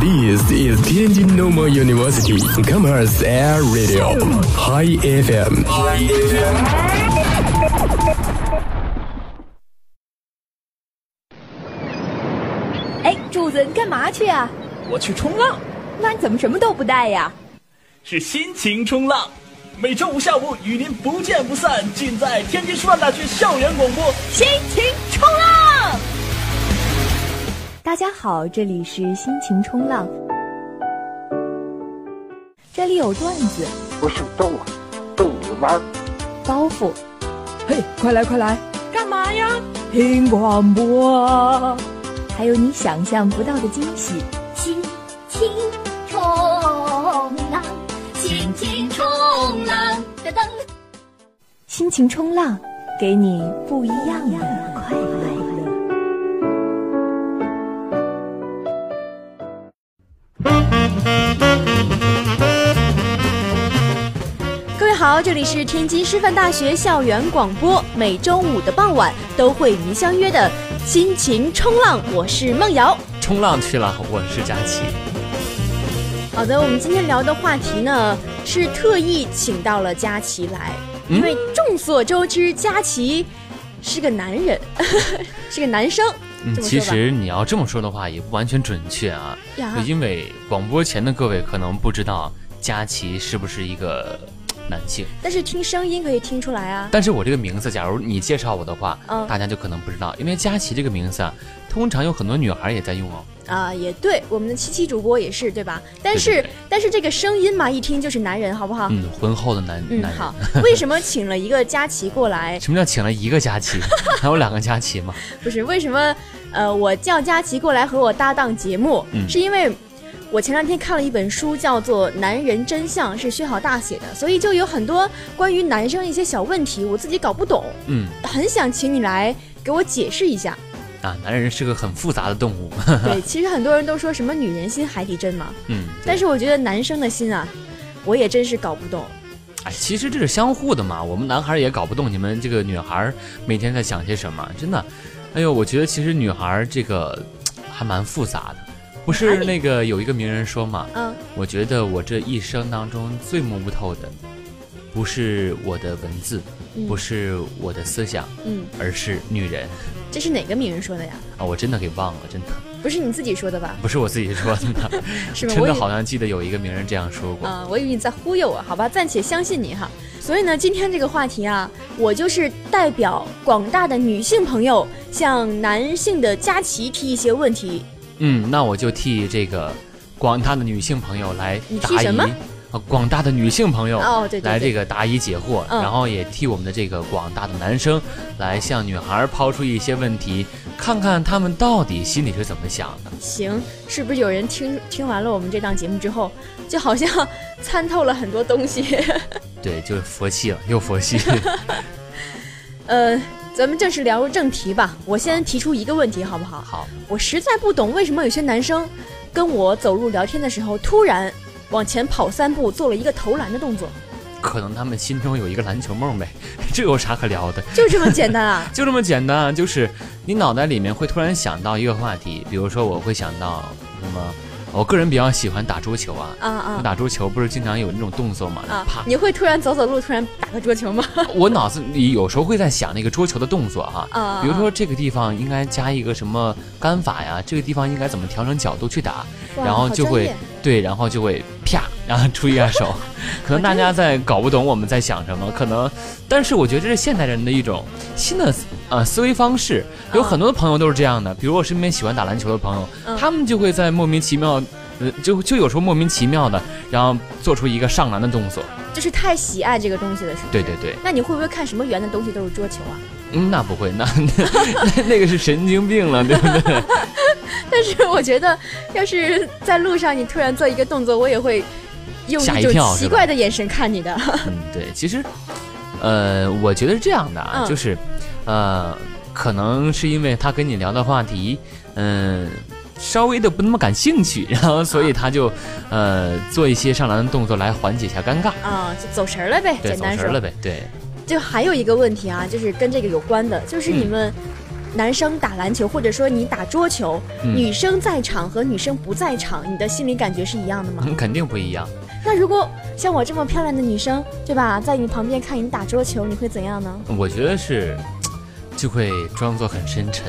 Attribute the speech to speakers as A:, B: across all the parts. A: This is Tianjin Normal University Commerce Air Radio High FM。
B: 哎，柱子，你干嘛去啊？
C: 我去冲浪，
B: 那你怎么什么都不带呀？
C: 是心情冲浪。每周五下午与您不见不散，尽在天津师范大学校园广播。
B: 心情冲浪。大家好，这里是心情冲浪，这里有段子、
D: 不是逗啊，逗你玩儿。
B: 包袱、
E: 嘿，快来快来，干嘛呀？听广播。
B: 啊还有你想象不到的惊喜。
F: 心情冲浪，心情冲浪，噔噔。
B: 心情冲浪，给你不一样的快乐。
G: 各位好，这里是天津师范大学校园广播，每周五的傍晚都会与您相约的心情冲浪，我是梦瑶。
H: 冲浪去了，我是佳琪。
G: 好的，我们今天聊的话题呢，是特意请到了佳琪来，
H: 嗯
G: 因为众所周知，佳琪是个男人， 是个男生。
H: 嗯，
G: 这么
H: 其
G: 说吧
H: 实你要这么说的话，也不完全准确啊，
G: 呀，
H: 因为广播前的各位可能不知道佳琪是不是一个呃男性，
G: 但是听声音可以听出来啊。
H: 但是我这个名字，假如你介绍我的话，
G: 嗯
H: 大家就可能不知道，因为佳琪这个名字啊，通常有很多女孩也在用哦。
G: 啊、也对，我们的七七主播也是，对吧？但
H: 对
G: 是
H: 对对
G: 但是这个声音嘛，一听就是男人，好不好？
H: 嗯，婚后的男、
G: 啊嗯，
H: 男人。
G: 好。为什么请了一个佳琪过 来？
H: 什么叫请了一个佳琪？ 还有两个佳琪吗？
G: 不是为什么？呃，我叫佳琪过来和我搭档节目，
H: 嗯
G: 是因为我前两天看了一本书，叫做《男人真相》，是薛好大写的，所以就有很多关于男生一些小问题，我自己搞不懂，
H: 嗯
G: 很想请你来给我解释一 下。
H: 啊，男人是个很复杂的动物。
G: 对，其实很多人都说什么女人心海底针嘛，
H: 嗯，对
G: 但是我觉得男生的心啊，我也真是搞不懂。
H: 哎，其实这是相互的嘛，我们男孩儿也搞不懂你们这个女孩儿每天在想些什么，真的。哎呦，我觉得其实女孩儿这个还蛮复杂的，不是那个有一个名人说嘛，
G: 嗯，
H: 我觉得我这一生当中最摸不透的，不是我的文字，
G: 嗯
H: 不是我的思想，
G: 嗯，
H: 而是女人
G: 这是哪个名人说的呀？
H: 啊！我真的给忘了，真的
G: 不是你自己说的吧？
H: 不是我自己说的，
G: 是吗？
H: 真
G: 我以
H: 的好像记得有一个名人这样说过。
G: 啊、我以为你在忽悠我，好吧，暂且相信你哈。所以呢，今天这个话题啊，我就是代表广大的女性朋友向男性的佳琪提一些问题。
H: 嗯，那我就替这个广大的女性朋友来
G: 你替
H: 答疑
G: 什么
H: 啊，广大的女性朋友
G: 哦，对对对，
H: 来这个答疑解惑，
G: 嗯
H: 然后也替我们的这个广大的男生来向女孩抛出一些问题，看看他们到底心里是怎么想的。
G: 行，是不是有人听听完了我们这档节目之后，就好像 参透了很多东西？
H: 对，就是佛系了，又佛系。
G: 呃，咱们正式聊入正题吧。我先提出一个问题，好不好？
H: 好，
G: 我实在不懂为什么有些男生跟我走路聊天的时候，突然往前跑三步，做了一个投篮的动作，
H: 可能他们心中有一个篮球梦呗， 这有啥可聊的？
G: 就这么简单啊！
H: 就这么简单啊，就是你脑袋里面会突然想到一个话题，比如说我会想到什么，我个人比较喜欢打桌球啊，
G: 啊啊！
H: 打桌球不是经常有那种动作嘛？
G: 啊
H: 啪！，
G: 你会突然走走路，突然打个桌球 吗？
H: 我脑子里有时候会在想那个桌球的动作哈、
G: 啊，
H: 比如说这个地方应该加一个什么杆法呀，这个地方应该怎么调整角度去打，
G: 哇，
H: 然后就
G: 好专
H: 会
G: 业
H: 对，然后就会啪，然后出一下 手。可能大家在搞不懂我们在想什么，可能，但是我觉得这是现代人的一种新的呃思维方式，有
G: 啊
H: 很多的朋友都是这样的，比如我身边喜欢打篮球的朋友，
G: 嗯
H: 他们就会在莫名其妙。呃，就就有时候莫名其妙的，然后做出一个上篮的动作，
G: 就是太喜爱这个东西了，是吗？
H: 对对对，
G: 那你会不会看什么圆的东西都是桌球啊？
H: 嗯，那不会，那 那那个是神经病了，对不 对？
G: 但是我觉得，要是在路上你突然做一个动作，我也会用
H: 吓一
G: 种
H: 跳
G: 奇
H: 是吧
G: 怪的眼神看你 的。
H: 嗯，对，其实，呃，我觉得是这样的啊，
G: 嗯
H: 就是，呃，可能是因为他跟你聊的话题，嗯、稍微的不那么感兴趣，然后
G: 啊
H: 所以他就，呃，做一些上篮的动作来缓解一下尴尬，
G: 啊，就走神儿了呗，
H: 对，
G: 简
H: 走
G: 单
H: 神
G: 说
H: 儿了。呗，对，嗯
G: 就还有一个问题啊，就是跟这个有关的，就是你们男生打篮球，或者说你打桌球，
H: 嗯
G: 女生在场和女生不在场，你的心理感觉是一样的吗？
H: 肯定不一样。
G: 那如果像我这么漂亮的女生，对吧，在你旁边看你打桌球，你会怎样呢？
H: 我觉得是，就会装作很深 沉，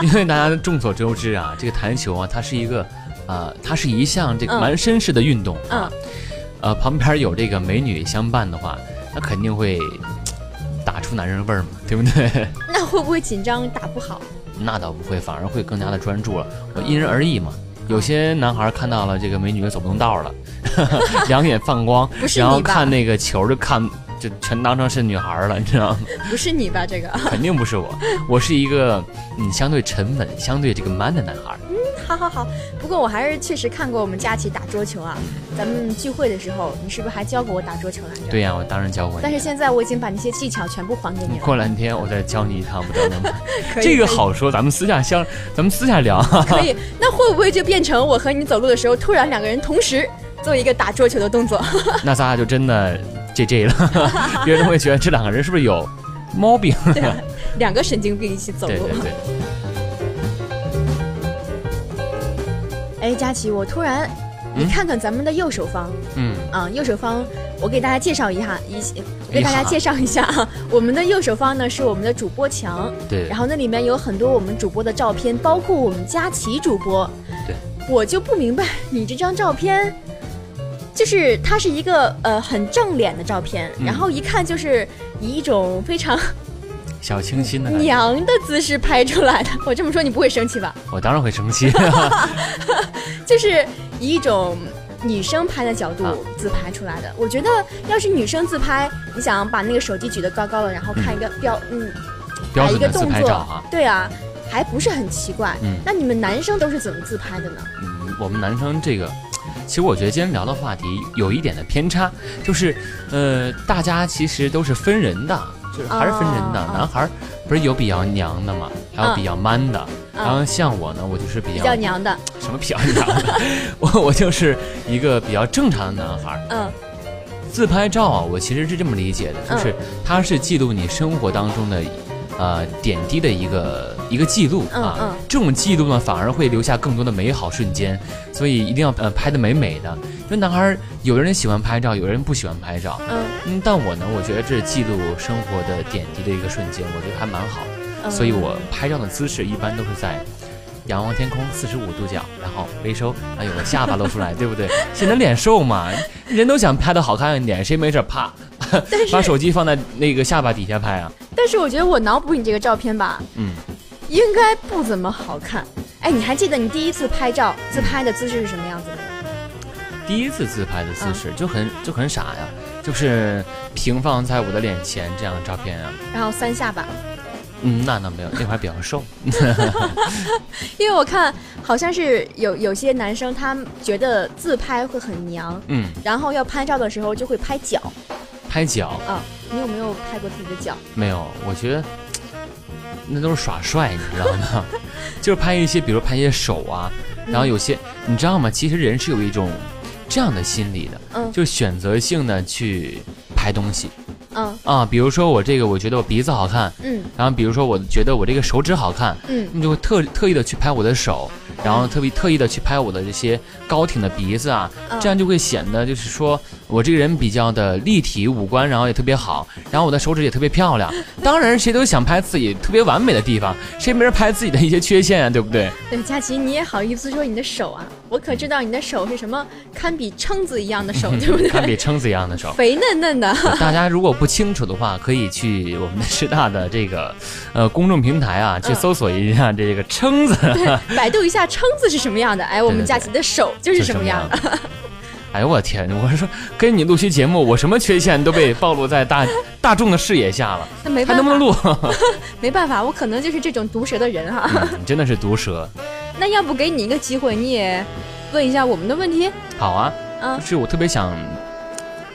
H: 因为大家众所周知啊，这个弹球啊，它是一个，呃，它是一项这个
G: 嗯
H: 蛮绅士的运动
G: 嗯，
H: 啊呃，旁边有这个美女相伴的话，那肯定会打出男人味儿嘛，对不 对？
G: 那会不会紧张打不好？
H: 那倒不会，反而会更加的专注了。我因人而异嘛。有些男孩看到了这个美女走不动道了， 两眼放光
G: 不，是你吧
H: 然后看那个球就看就全当成是女孩了，你知道吗？
G: 不是你吧？这个，
H: 肯定不是我，我是一个嗯相对沉稳、相对这个 man 的男孩。
G: 好好好。不过我还是确实看过我们佳琪打桌球啊，咱们聚会的时候，你是不是还教过我打桌球来着？
H: 对。呀、我当然教过
G: 但
H: 你。
G: 是现在我已经把那些技巧全部还给你了。
H: 过两天我再教你一趟，不知道能不能？
G: 可以
H: 嗯这个
G: 可以
H: 好说，咱们私下相，咱们私下聊。
G: 可以，那会不会就变成我和你走路的时候，突然两个人同时做一个打桌球的动作？
H: 那咱俩就真的 JJ 了，别人会觉得这两个人是不是有毛病？
G: 对啊，两个神经病一起走
H: 对
G: 路
H: 对。对。
G: 哎，佳琪，我突然，
H: 嗯
G: 你看看咱们的右手方
H: 嗯，
G: 啊，右手方，我给大家介绍一下，一起，我给大
H: 哎
G: 家
H: 呀
G: 介绍一下啊，我们的右手方呢是我们的主播墙，
H: 对
G: 然，后那里面有很多我们主播的照片，包括我们佳琪主播。
H: 对，
G: 我就不明白你这张照片，就是它是一个呃很正脸的照片，
H: 嗯
G: 然后一看就是以一种非常
H: 小清新的感觉，
G: 娘的姿势拍出来的。我这么说你不会生气吧？
H: 我当然会生气。
G: 就是以一种。女生拍的角度
H: 啊
G: 自拍出来的，我觉得要是女生自拍，你想把那个手机举得高高的，然后看一个标，嗯，
H: 标
G: 摆一
H: 准
G: 个
H: 的自
G: 动
H: 拍
G: 作，
H: 照啊，
G: 对啊，还不是很奇怪。
H: 嗯
G: 那你们男生都是怎么自拍的呢？
H: 嗯，我们男生这个，其实我觉得今天聊的话题有一点的偏差，就是，呃，大家其实都是分人的，就是还是分人的。
G: 哦
H: 男孩儿不是有比较娘的嘛，还有比较 man 的，
G: 嗯
H: 然后像我呢，我就是比
G: 比
H: 较
G: 较娘的，
H: 什么比较娘的， 我我就是一个比较正常的男孩儿。
G: 嗯，
H: 自拍照啊，我其实是这么理解的，就是它是记录你生活当中的，呃点滴的一个一个记录
G: 嗯
H: 啊。
G: 嗯
H: 这种记录呢，反而会留下更多的美好瞬间，所以一定要呃拍的美美的。因为男孩儿有人喜欢拍照，有人不喜欢拍照。
G: 嗯
H: 嗯，但我呢，我觉得这是记录生活的点滴的一个瞬间，我觉得还蛮好。
G: 嗯
H: 所以我拍照的姿势一般都是在仰望天空四十五度角，然后微收，啊，有个下巴露出 来，对不对？显得脸瘦嘛，人都想拍的好看一点，谁没事儿啪
G: 但 是
H: 把手机放在那个下巴底下拍啊？
G: 但是我觉得我脑补你这个照片吧，
H: 嗯，
G: 应该不怎么好看。哎，你还记得你第一次拍照自拍的姿势是什么样子的吗？
H: 第一次自拍的姿
G: 嗯
H: 势就很就很傻呀，就是平放在我的脸前这样的照片啊。
G: 然后三下巴，
H: 嗯，那倒没有，那会儿比较瘦。
G: 因为我看好像是有有些男生他觉得自拍会很娘，
H: 嗯，
G: 然后要拍照的时候就会拍脚
H: 拍脚
G: 啊。你有没有拍过自己的脚？
H: 没有，我觉得那都是耍帅，你知道吗？ 就是拍一些，比如拍一些手啊，然后有些，你知道吗？其实人是有一种这样的心理的，
G: 嗯
H: 就是选择性的去拍东西
G: 嗯
H: 啊。比如说我这个，我觉得我鼻子好看，
G: 嗯
H: 然后比如说我觉得我这个手指好看，
G: 嗯
H: 那么就会特特意的去拍我的手，然后特别特意的去拍我的这些高挺的鼻子啊，
G: 嗯
H: 这样就会显得就是说我这个人比较的立体，五官然后也特别好，然后我的手指也特别漂 亮。当然，谁都想拍自己特别完美的地方，谁没人拍自己的一些缺陷啊，对不对？
G: 对，佳琪，你也好意思说你的手啊？我可知道你的手是什么，堪比撑子一样的 手，对 不
H: 堪比
G: 对？
H: 撑子一样的手。
G: 肥嫩嫩 的。
H: 大家如果不清楚的话，可以去我们的师大的这个呃公众平台啊，去
G: 嗯
H: 搜索一下这个撑子。啊
G: 百度一下撑子是什么样的，哎，我们佳琪的手就是什么样的。
H: 的。哎呦我天！我是说，跟你录期节目，我什么缺陷都被暴露在大 大众的视野下了，
G: 那没
H: 还
G: 办
H: 能不能
G: 法，
H: 录？
G: 没办法，我可能就是这种毒舌的人哈、
H: 嗯真的是毒舌。
G: 那要不给你一个机会，你也问一下我们的问题？
H: 好啊，
G: 嗯
H: 就是我特别想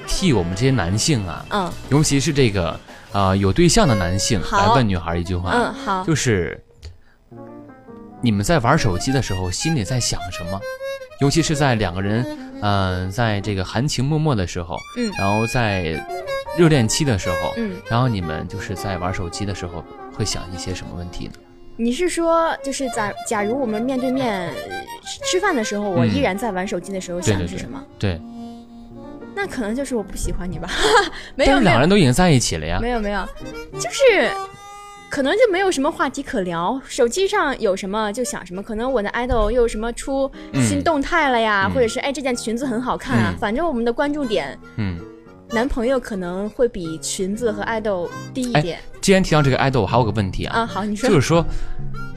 H: 替我们这些男性啊，
G: 嗯
H: 尤其是这个呃有对象的男性，
G: 好
H: 来问女孩一句话，
G: 嗯，好。
H: 就是你们在玩手机的时候，心里在想什么？尤其是在两个人，嗯、在这个含情脉脉的时候，
G: 嗯
H: 然后在热恋期的时候，
G: 嗯，
H: 然后你们就是在玩手机的时候会想一些什么问题呢？
G: 你是说，就是假假如我们面对面吃吃饭的时候，我
H: 嗯
G: 依然在玩手机的时候
H: 对
G: 想
H: 对
G: 的是
H: 对
G: 什么？
H: 对，
G: 那可能就是我不喜欢你吧。 没
H: 但
G: 有
H: 是
G: 没
H: 两
G: 有
H: 人都已经在一起了呀。
G: 没有没有，就是可能就没有什么话题可聊，手机上有什么就想什么。可能我的 idol 又有什么出新
H: 嗯
G: 动态了呀，
H: 嗯
G: 或者是哎这件裙子很好看啊。
H: 嗯
G: 反正我们的关注点，
H: 嗯，
G: 男朋友可能会比裙子和爱豆低一
H: 哎
G: 点
H: 既然提到这个爱豆，我还有个问题啊，
G: 啊。好，你说
H: 就是说，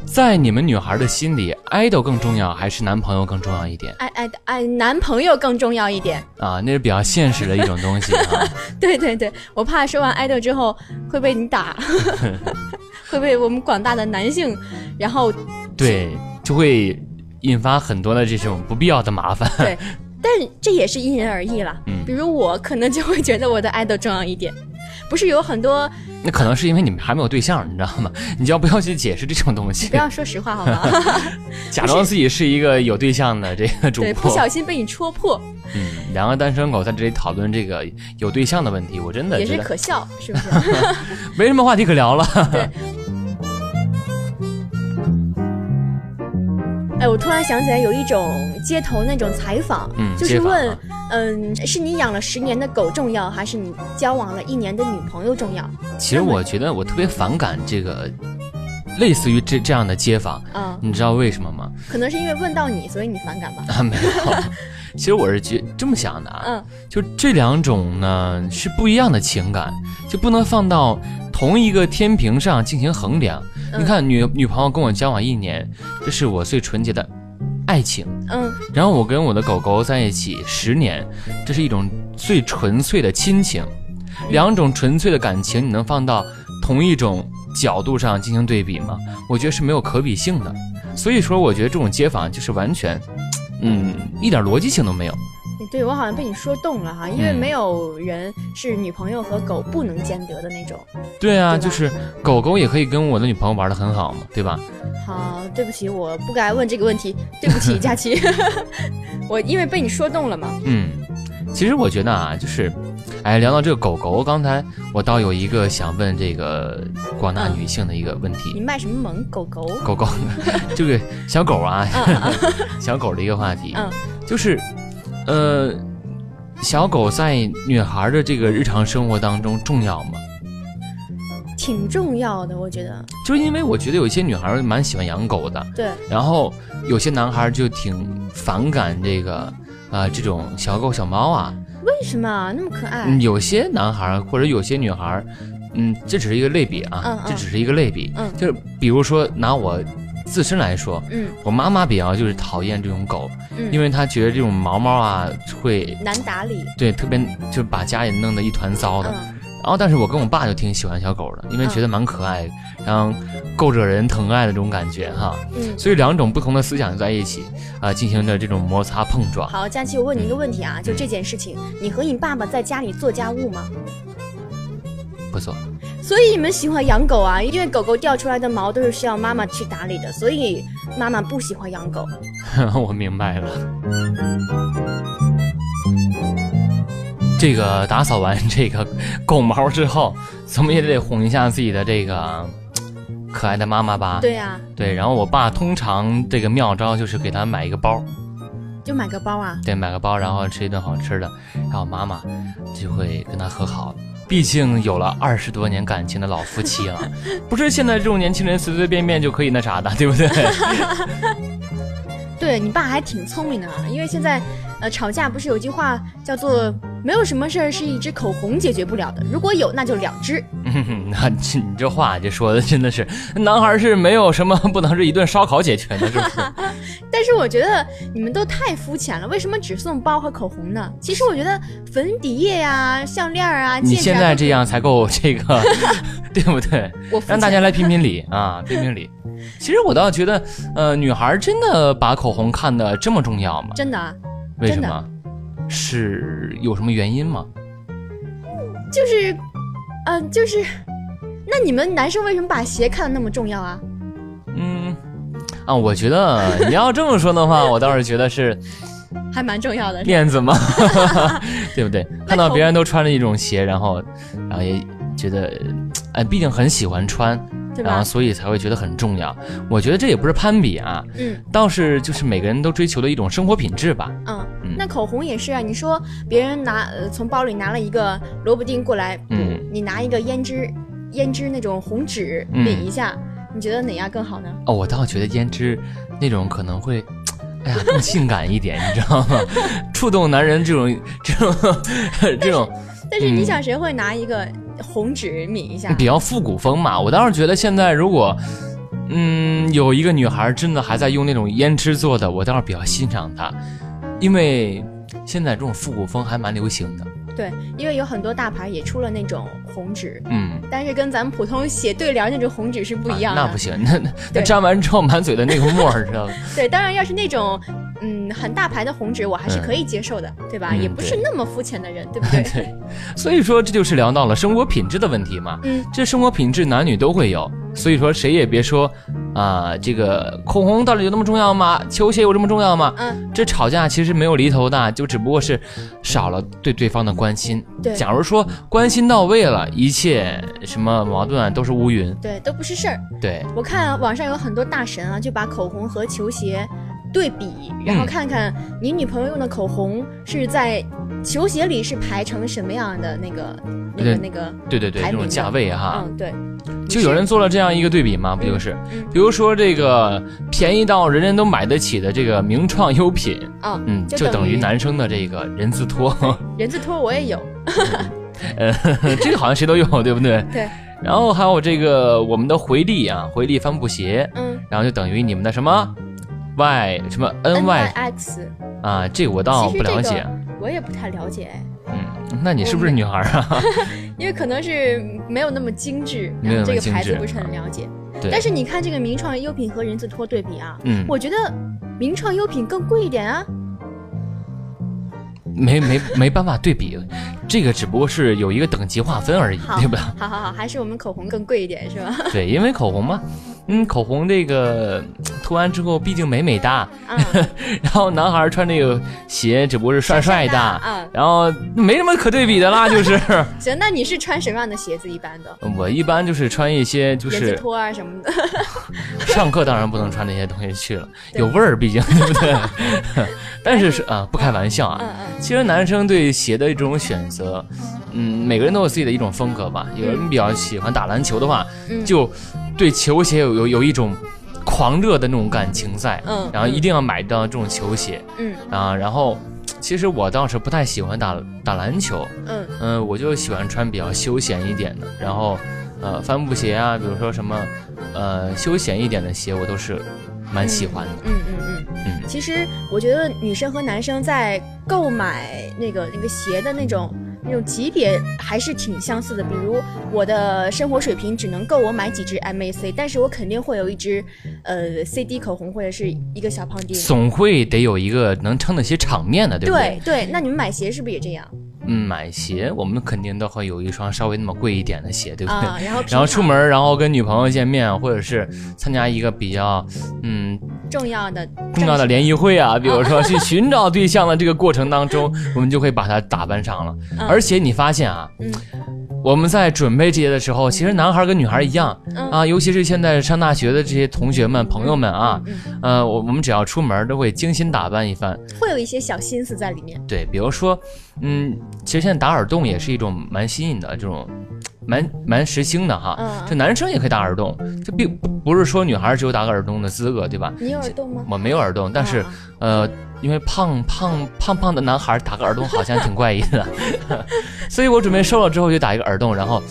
H: 在你们女孩的心里，爱豆更重要还是男朋友更重要一点
G: 爱爱爱哎男朋友更重要一点。
H: 啊？那是比较现实的一种东西啊。
G: 对对对，我怕说完爱豆之后会被你打， 会被我们广大的男性，然后
H: 对，就会引发很多的这种不必要的麻 烦。
G: 对，但这也是因人而异啦。
H: 嗯
G: 比如我可能就会觉得我的爱豆重要一点，不是有很多
H: 那可能是因为你们还没有对象，你知道吗？ 你就要不要去解释这种东西
G: 不，要说实话好吗？
H: 假装自己是一个有对象的这个 主
G: 对，不
H: 播。
G: 小心被你戳破
H: 嗯，两个单身狗在这里讨论这个有对象的问题，我真的
G: 也
H: 觉
G: 是
H: 得
G: 可笑，是不 是？
H: 没什么话题可聊了。
G: 哎，我突然想起来有一种街头那种采访，
H: 嗯
G: 就
H: 街
G: 是
H: 访
G: 问
H: 啊，
G: 嗯，是你养了十年的狗重要，还是你交往了一年的女朋友重要？
H: 其实我觉得我特别反感这个，类似于这这样的街访，
G: 啊、
H: 你知道为什么吗？
G: 可能是因为问到你，所以你反感吧？
H: 啊，没有。其实我是觉这么想的啊，
G: 嗯，
H: 就这两种呢是不一样的情感，就不能放到同一个天平上进行衡量。
G: 嗯
H: 你看，女女朋友跟我交往一年，这是我最纯洁的爱情；
G: 嗯
H: 然后我跟我的狗狗在一起十年，这是一种最纯粹的亲情。两种纯粹的感情，你能放到同一种角度上进行对比吗？我觉得是没有可比性的。所以说，我觉得这种街访就是完全，嗯，一点逻辑性都没有。
G: 对我好像被你说动了哈，因为
H: 嗯
G: 没有人是女朋友和狗不能兼得的那种。
H: 对啊，
G: 对吧
H: 就是狗狗也可以跟我的女朋友玩的很好嘛，对吧？
G: 好，对不起，我不该问这个问题，对不起，佳 琪，我因为被你说动了嘛。
H: 嗯，其实我觉得啊，就是，哎，聊到这个狗狗，刚才我倒有一个想问这个广大
G: 嗯
H: 女性的一个问题，
G: 你卖什么萌狗狗？
H: 狗 狗，这个小狗啊， 小狗的一个话题，
G: 嗯
H: 就是，呃，小狗在女孩的这个日常生活当中重要吗？
G: 挺重要的，我觉得。
H: 就是因为我觉得有一些女孩蛮喜欢养狗的，
G: 对，
H: 然后有些男孩就挺反感这个啊、这种小狗小猫啊，
G: 为什么啊那么可爱？
H: 嗯，有些男孩或者有些女孩，嗯，这只是一个类比啊，
G: 嗯嗯
H: 这只是一个类比，
G: 嗯
H: 就是比如说拿我自身来说，
G: 嗯
H: 我妈妈比较就是讨厌这种狗，
G: 嗯，
H: 因为她觉得这种毛毛啊会
G: 难打理。
H: 对特别就把家里弄得一团糟的。
G: 嗯
H: 然后，但是我跟我爸就挺喜欢小狗的，因为觉得蛮可爱，然后够惹人疼爱的这种感觉哈。
G: 嗯。
H: 所以两种不同的思想在一起啊、进行着这种摩擦碰撞。
G: 好，佳琪，我问你一个问题啊，就这件事情，你和你爸爸在家里做家务吗？
H: 不错，
G: 所以你们喜欢养狗啊，因为狗狗掉出来的毛都是需要妈妈去打理的，所以妈妈不喜欢养狗。
H: 啊我明白了。这个打扫完这个狗毛之后，怎么也得哄一下自己的这个可爱的妈妈吧？
G: 对啊呀、
H: 对然后我爸通常这个妙招就是给他买一个包，
G: 就买个包啊。
H: 对，买个包，然后吃一顿好吃的，然后妈妈就会跟他和好。毕竟有了二十多年感情的老夫妻了，不是现在这种年轻人随随便便就可以那啥的，对不 对？
G: 对你爸还挺聪明的啊，因为现在，呃，吵架不是有句话叫做“没有什么事儿是一支口红解决不了的，如果有那就两支
H: 嗯，那这你这话这说的真的是，男孩是没有什么不能是一顿烧烤解决的，是不是？”。
G: 但是我觉得你们都太肤浅了，为什么只送包和口红呢？其实我觉得粉底液呀、项链啊、
H: 你
G: 戒指啊，
H: 现在
G: 都可以
H: 这，样才够这个， 对不对？
G: 我肤
H: 让大
G: 浅
H: 家来评评理啊，评评理。其实我倒觉得，呃，女孩真的把口红看得这么重要吗？
G: 真的啊，
H: 为什
G: 真的
H: 么？是有什么原因吗？
G: 就是，呃，就是，那你们男生为什么把鞋看得那么重要啊？
H: 嗯，啊，我 觉得你要这么说的话，我倒是觉得是
G: 还蛮重要的。
H: 面 子嘛，对不对？看到别人都穿着一种鞋，然后，然后也觉得，哎，毕竟很喜欢穿，
G: 对
H: 然后
G: 吧？
H: 所以才会觉得很重要。我觉得这也不是攀比啊，
G: 嗯
H: 倒是就是每个人都追求的一种生活品质吧。
G: 嗯
H: 嗯，
G: 那口红也是啊。你说别人拿呃从包里拿了一个萝卜丁过来，
H: 嗯
G: 你拿一个胭脂胭脂那种红纸
H: 嗯
G: 抿一下，你觉得哪样更好呢？
H: 哦，我倒觉得胭脂那种可能会，哎呀，更性感一点，你知道吗？触动男人这种这种 这种
G: 但是你
H: 嗯
G: 想，谁会拿一个红纸抿一下？
H: 比较复古风嘛。我倒是觉得现在如果，嗯，有一个女孩真的还在用那种胭脂做的，我倒是比较欣赏她，因为现在这种复古风还蛮流行的。
G: 对，因为有很多大牌也出了那种红纸，
H: 嗯，
G: 但是跟咱们普通写对联那种红纸是不一样的。
H: 啊那不行，那那那
G: 对
H: 粘完之后满嘴的那个沫儿，知道吗？
G: 对，当然要是那种嗯很大牌的红纸，我还是可以接受的，对吧？
H: 嗯
G: 也不是那么肤浅的人，对不对？
H: 对，所以说这就是聊到了生活品质的问题嘛。
G: 嗯，
H: 这生活品质男女都会有，所以说谁也别说啊、这个口红到底有那么重要吗？球鞋有这么重要吗？
G: 嗯，
H: 这吵架其实没有厘头的，就只不过是少了对对方的关心。
G: 对
H: 假如说关心到位了，一切什么矛盾啊都是乌云。
G: 对，都不是事儿。
H: 对，
G: 我看网上有很多大神啊，就把口红和球鞋对比，然后
H: 嗯
G: 看看你女朋友用的口红是在球鞋里是排成什么样的那个那
H: 对
G: 个那个。
H: 对对对，
G: 排
H: 这
G: 名
H: 种
G: 的
H: 价位啊哈、
G: 嗯，对，
H: 就有人做了这样一个对比吗？不就是
G: 嗯，
H: 比如说这个便宜到人人都买得起的这个名创优品，
G: 啊、嗯，
H: 嗯，
G: 就
H: 就等
G: 等
H: 于
G: 于
H: 男生的这个人字 拖，
G: 人字拖我也有，
H: 呃，这个好像谁都有，对不对？
G: 对。
H: 然后还有这个我们的回力啊，回力帆布鞋，
G: 嗯
H: 然后就等于你们的什么 Y 什么
G: ，N Y
H: NY
G: X，
H: 啊，这个我倒
G: 其
H: 不
G: 实
H: 了
G: 这
H: 解。
G: 个我也不太了解，哎
H: 嗯，那你是不是女孩啊？
G: 因为可能是没有那么精致，
H: 没有
G: 然后
H: 那么
G: 这个
H: 精
G: 牌
H: 致
G: 子不是很了解。
H: 对
G: 但是你看这个名创优品和人字拖对比啊，
H: 嗯
G: 我觉得名创优品更贵一点啊。
H: 没没没办法对比，这个只不过是有一个等级划分而已，
G: 好，
H: 对 吧？
G: 好好好，还是我们口红更贵一点是吧？
H: 对，因为口红嘛，嗯，口红这个涂完之后，毕竟美美哒，
G: 啊，
H: 然后男孩穿这个鞋只不过是帅帅
G: 的
H: 哒，
G: 啊。
H: 然后没什么可对比的啦，就是
G: 行，那你是穿什么样的鞋子一般的？
H: 我一般就是穿一些就
G: 人字
H: 是
G: 拖啊什么的，
H: 上课当然不能穿那些东西去了，
G: 对
H: 有味儿，毕竟对不对？ 但是是啊，不开玩笑啊
G: 嗯。嗯，
H: 其实男生对鞋的一种选择，嗯，每个人都有自己的一种风格吧。有人比较喜欢打篮球的话，
G: 嗯
H: 就对球鞋有有有一种狂热的那种感情在，
G: 嗯
H: 然后一定要买到这种球鞋
G: 嗯
H: 啊。然后，其实我倒是不太喜欢打打篮球，
G: 嗯
H: 嗯、我就喜欢穿比较休闲一点的，然后，呃，帆布鞋啊，比如说什么，呃，休闲一点的鞋，我都是蛮喜欢的。
G: 嗯嗯嗯。
H: 嗯，
G: 其实我觉得女生和男生在购买那个那个鞋的那种那种级别还是挺相似的。比如我的生活水平只能够我买几支 MAC，但是我肯定会有一支呃 CD 口红或者是一个小胖丁。
H: 总会得有一个能撑得起场面的，对不
G: 对对，那你们买鞋是不是也这样
H: 嗯，买鞋我们肯定都会有一双稍微那么贵一点的鞋，对不对？
G: 啊？然后平
H: 然
G: 常
H: 后出门，然后跟女朋友见面，或者是参加一个比较嗯
G: 重要的
H: 重要的联谊会啊，比如说去寻找对象的这个过程当中，我们就会把它打扮上了。
G: 嗯
H: 而且你发现啊，
G: 嗯
H: 我们在准备这些的时候，其实男孩跟女孩一样
G: 嗯
H: 啊，尤其是现在上大学的这些同学们、朋友们啊，
G: 嗯
H: 呃，我我们只要出门都会精心打扮一番。
G: 会有一些小心思在里面。
H: 对，比如说，嗯，其实现在打耳洞也是一种蛮新颖的这种，蛮蛮时兴的哈。
G: 嗯
H: 这男生也可以打耳洞，这并不不是说女孩只有打个耳洞的资格，对吧？
G: 你有耳洞吗？
H: 我没有耳洞，但是、
G: 啊
H: 呃，因为胖胖胖胖的男孩打个耳洞好像挺怪异 的，所以我准备瘦了之后就打一个耳洞，然后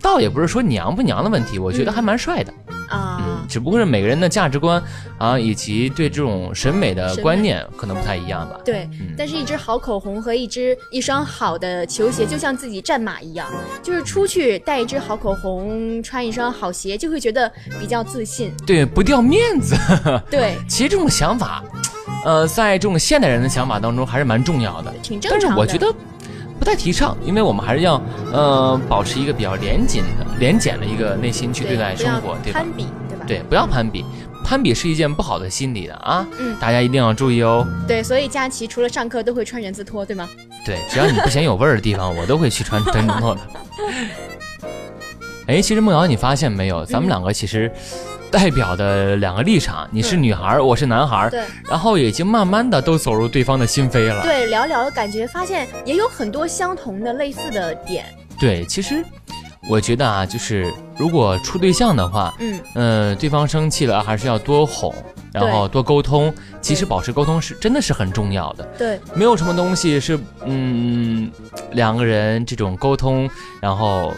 H: 倒也不是说娘不娘的问题，我觉得还蛮帅的，
G: 啊，
H: 只不过是每个人的价值观啊以及对这种审美的
G: 审美
H: 观念可能不太一样吧。
G: 对，但是一支好口红和一支一双好的球鞋，就像自己战马一样，就是出去带一支好口红，穿一双好鞋，就会觉得比较自信。
H: 对，不掉面子。
G: 对，
H: 其实这种想法，呃，在这种现代人的想法当中还是蛮重要的。
G: 挺正
H: 但是
G: 常的。
H: 我觉得不太提倡，因为我们还是要呃保持一个比较严谨的、廉简的一个内心去对待生活，
G: 不
H: 对
G: 要
H: 吧
G: 攀？比，对吧？
H: 对，不要攀比，攀比是一件不好的心理的啊，
G: 嗯
H: 大家一定要注意哦。
G: 对，所以佳琪除了上课都会穿人字拖，对吗？
H: 对，只要你不嫌有味儿的地方，我都会去穿灯笼的。哎，其实梦瑶，你发现没有，咱们两个其实代表的两个立场，你是女孩儿，我是男孩儿，
G: 对
H: 然后已经慢慢的都走入对方的心扉了。
G: 对，聊聊感觉发现也有很多相同的类似的点，
H: 对，其实我觉得啊，就是如果处对象的话，
G: 嗯，
H: 嗯，对方生气了还是要多哄，然后多沟通，及时保持沟通是真的是很重要的。
G: 对，
H: 没有什么东西是嗯两个人这种沟通，然后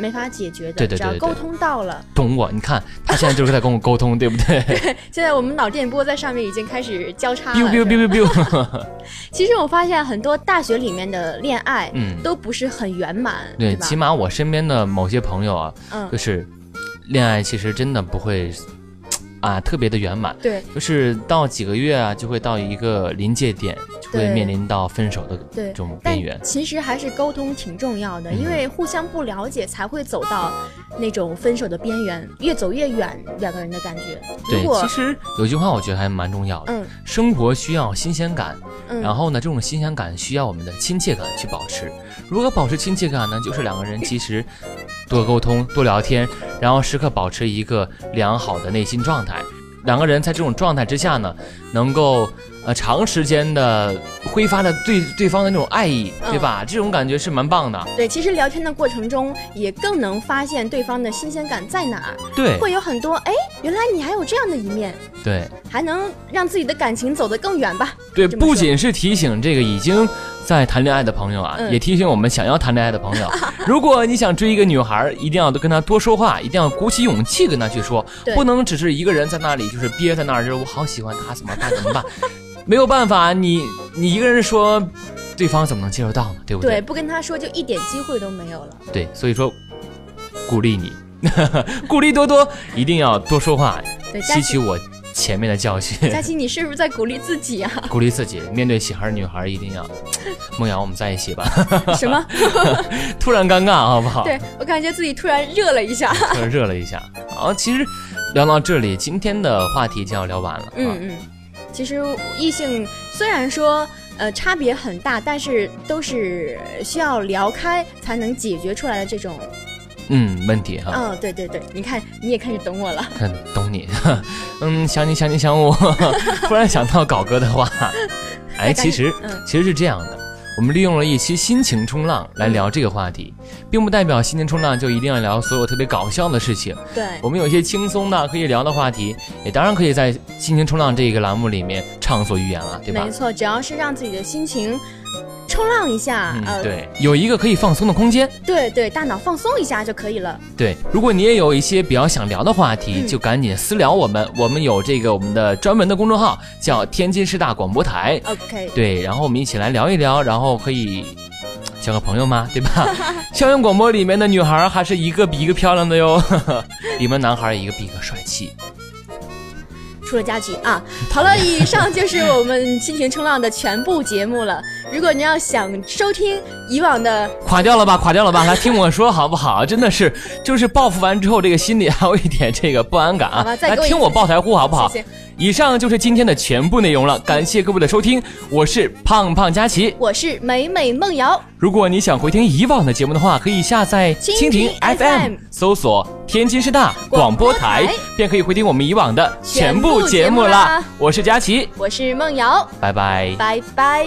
G: 没法解决的，
H: 对对对
G: 只要
H: 对
G: 沟通到了。
H: 懂我，你看他现在就是在跟我沟通，对不 对
G: 现在我们脑电波在上面已经开始交叉了。
H: ？biu biu
G: 是吧
H: biu biu
G: 啊
H: biu，
G: 其实我发现很多大学里面的恋爱，
H: 嗯
G: 都不是很圆满，
H: 对，
G: 吧
H: 起？码我身边的某些朋友啊，
G: 嗯
H: 就，是恋爱其实真的不会啊特别的圆满。
G: 对
H: 就是到几个月啊，就会到一个临界点，就会
G: 对
H: 面临到分手的这
G: 对。
H: 种边
G: 但
H: 缘。
G: 其实还是沟通挺重要的，
H: 嗯
G: 因为互相不了解才会走到那种分手的边缘，越走越远，两个人的感觉。如
H: 对，
G: 果
H: 其实有句话我觉得还蛮重要的，
G: 嗯
H: 生活需要新鲜感，
G: 嗯，
H: 然后呢，这种新鲜感需要我们的亲切感去保持。如何保持亲切感呢？就是两个人其实多沟通、多聊天，然后时刻保持一个良好的内心状态。两个人在这种状态之下呢，能够呃长时间的挥发的对对方的那种爱意，
G: 嗯
H: 对吧？这种感觉是蛮棒的。
G: 对，其实聊天的过程中也更能发现对方的新鲜感在哪儿，
H: 对
G: 会有很多哎，原来你还有这样的一面，
H: 对，
G: 还能让自己的感情走得更远吧。
H: 对，
G: 这么说
H: 不仅是提醒这个已经在谈恋爱的朋友啊，
G: 嗯
H: 也提醒我们想要谈恋爱的 朋友，如果你想追一个女孩儿，一定要多跟她多说话，一定要鼓起勇气跟她去说，
G: 对
H: 不能只是一个人在那里就是憋在那儿，就是我好喜欢她，怎么办？怎 么办？没有办法，你你一个人说，对方怎么能接受到呢？对不
G: 对，
H: 对？
G: 不跟他说就一点机会都没有了。
H: 对所以说，鼓 励你，鼓励多多，一定要多说话，
G: 对，佳
H: 吸取
G: 琪，
H: 我前面的教训。
G: 佳琪，你是不是在鼓励自己啊？
H: 鼓励自己，面对喜欢的女孩一定要，梦瑶，我们在一起吧。
G: 什么？
H: 突然尴尬，好不好？
G: 对我感觉自己突然热了一下。
H: 突然热了一下。好，其实聊到这里，今天的话题就要聊完了。
G: 嗯
H: 啊，
G: 嗯，其实异性虽然说呃差别很大，但是都是需要聊开才能解决出来的这种。
H: 嗯，问题哈，
G: 嗯、对对对，你看你也开始懂我了。
H: 很懂你。 嗯，想你想你 想我，突然想到搞哥的话。哎，
G: 赶
H: 其
G: 紧
H: 实
G: 嗯
H: 其实是这样的。我们利用了一期心情冲浪来聊这个话题，并不代表心情冲浪就一定要聊所有特别搞笑的事情。
G: 对
H: 我们有一些轻松的可以聊的话题，也当然可以在心情冲浪这个栏目里面畅所欲言了，对吧
G: 没？错，只要是让自己的心情冲浪一下，
H: 嗯，
G: 呃，
H: 对，有一个可以放松的空间。
G: 对对，大脑放松一下就可以了。
H: 对，如果你也有一些比较想聊的话题，
G: 嗯
H: 就赶紧私聊我们。我们有这个我们的专门的公众号，叫天津师大广播台。
G: OK，
H: 对，然后我们一起来聊一聊，然后可以交个朋友嘛，对 吧？校园广播里面的女孩儿还是一个比一个漂亮的哟， 里面男孩儿一个比一个帅气。
G: 出了家局啊！好了，以上就是我们心情冲浪的全部节目了。如果您要想收听以往的，
H: 垮掉了吧，垮掉了吧，来听我说好不好？真的是，就是报复完之后，这个心里还有一点这个不安感
G: 好
H: 啊
G: 吧。再
H: 来
G: 给我一
H: 听我
G: 次
H: 抱台呼好不好？
G: 谢谢，
H: 以上就是今天的全部内容了，感谢各位的收听，我是胖胖佳琪。
G: 我是美美梦瑶，
H: 如果你想回听以往的节目的话，可以下载蜻
G: 蜻
H: 蜓
G: 蜓
H: FM，
G: FM
H: 搜索“天津师大广
G: 广播
H: 播台
G: 台”，
H: 便可以回听我们以往的全
G: 全
H: 部
G: 部
H: 节
G: 节
H: 目
G: 目啦
H: 啦。我是佳琪，
G: 我是梦瑶，
H: 拜拜。
G: 拜拜。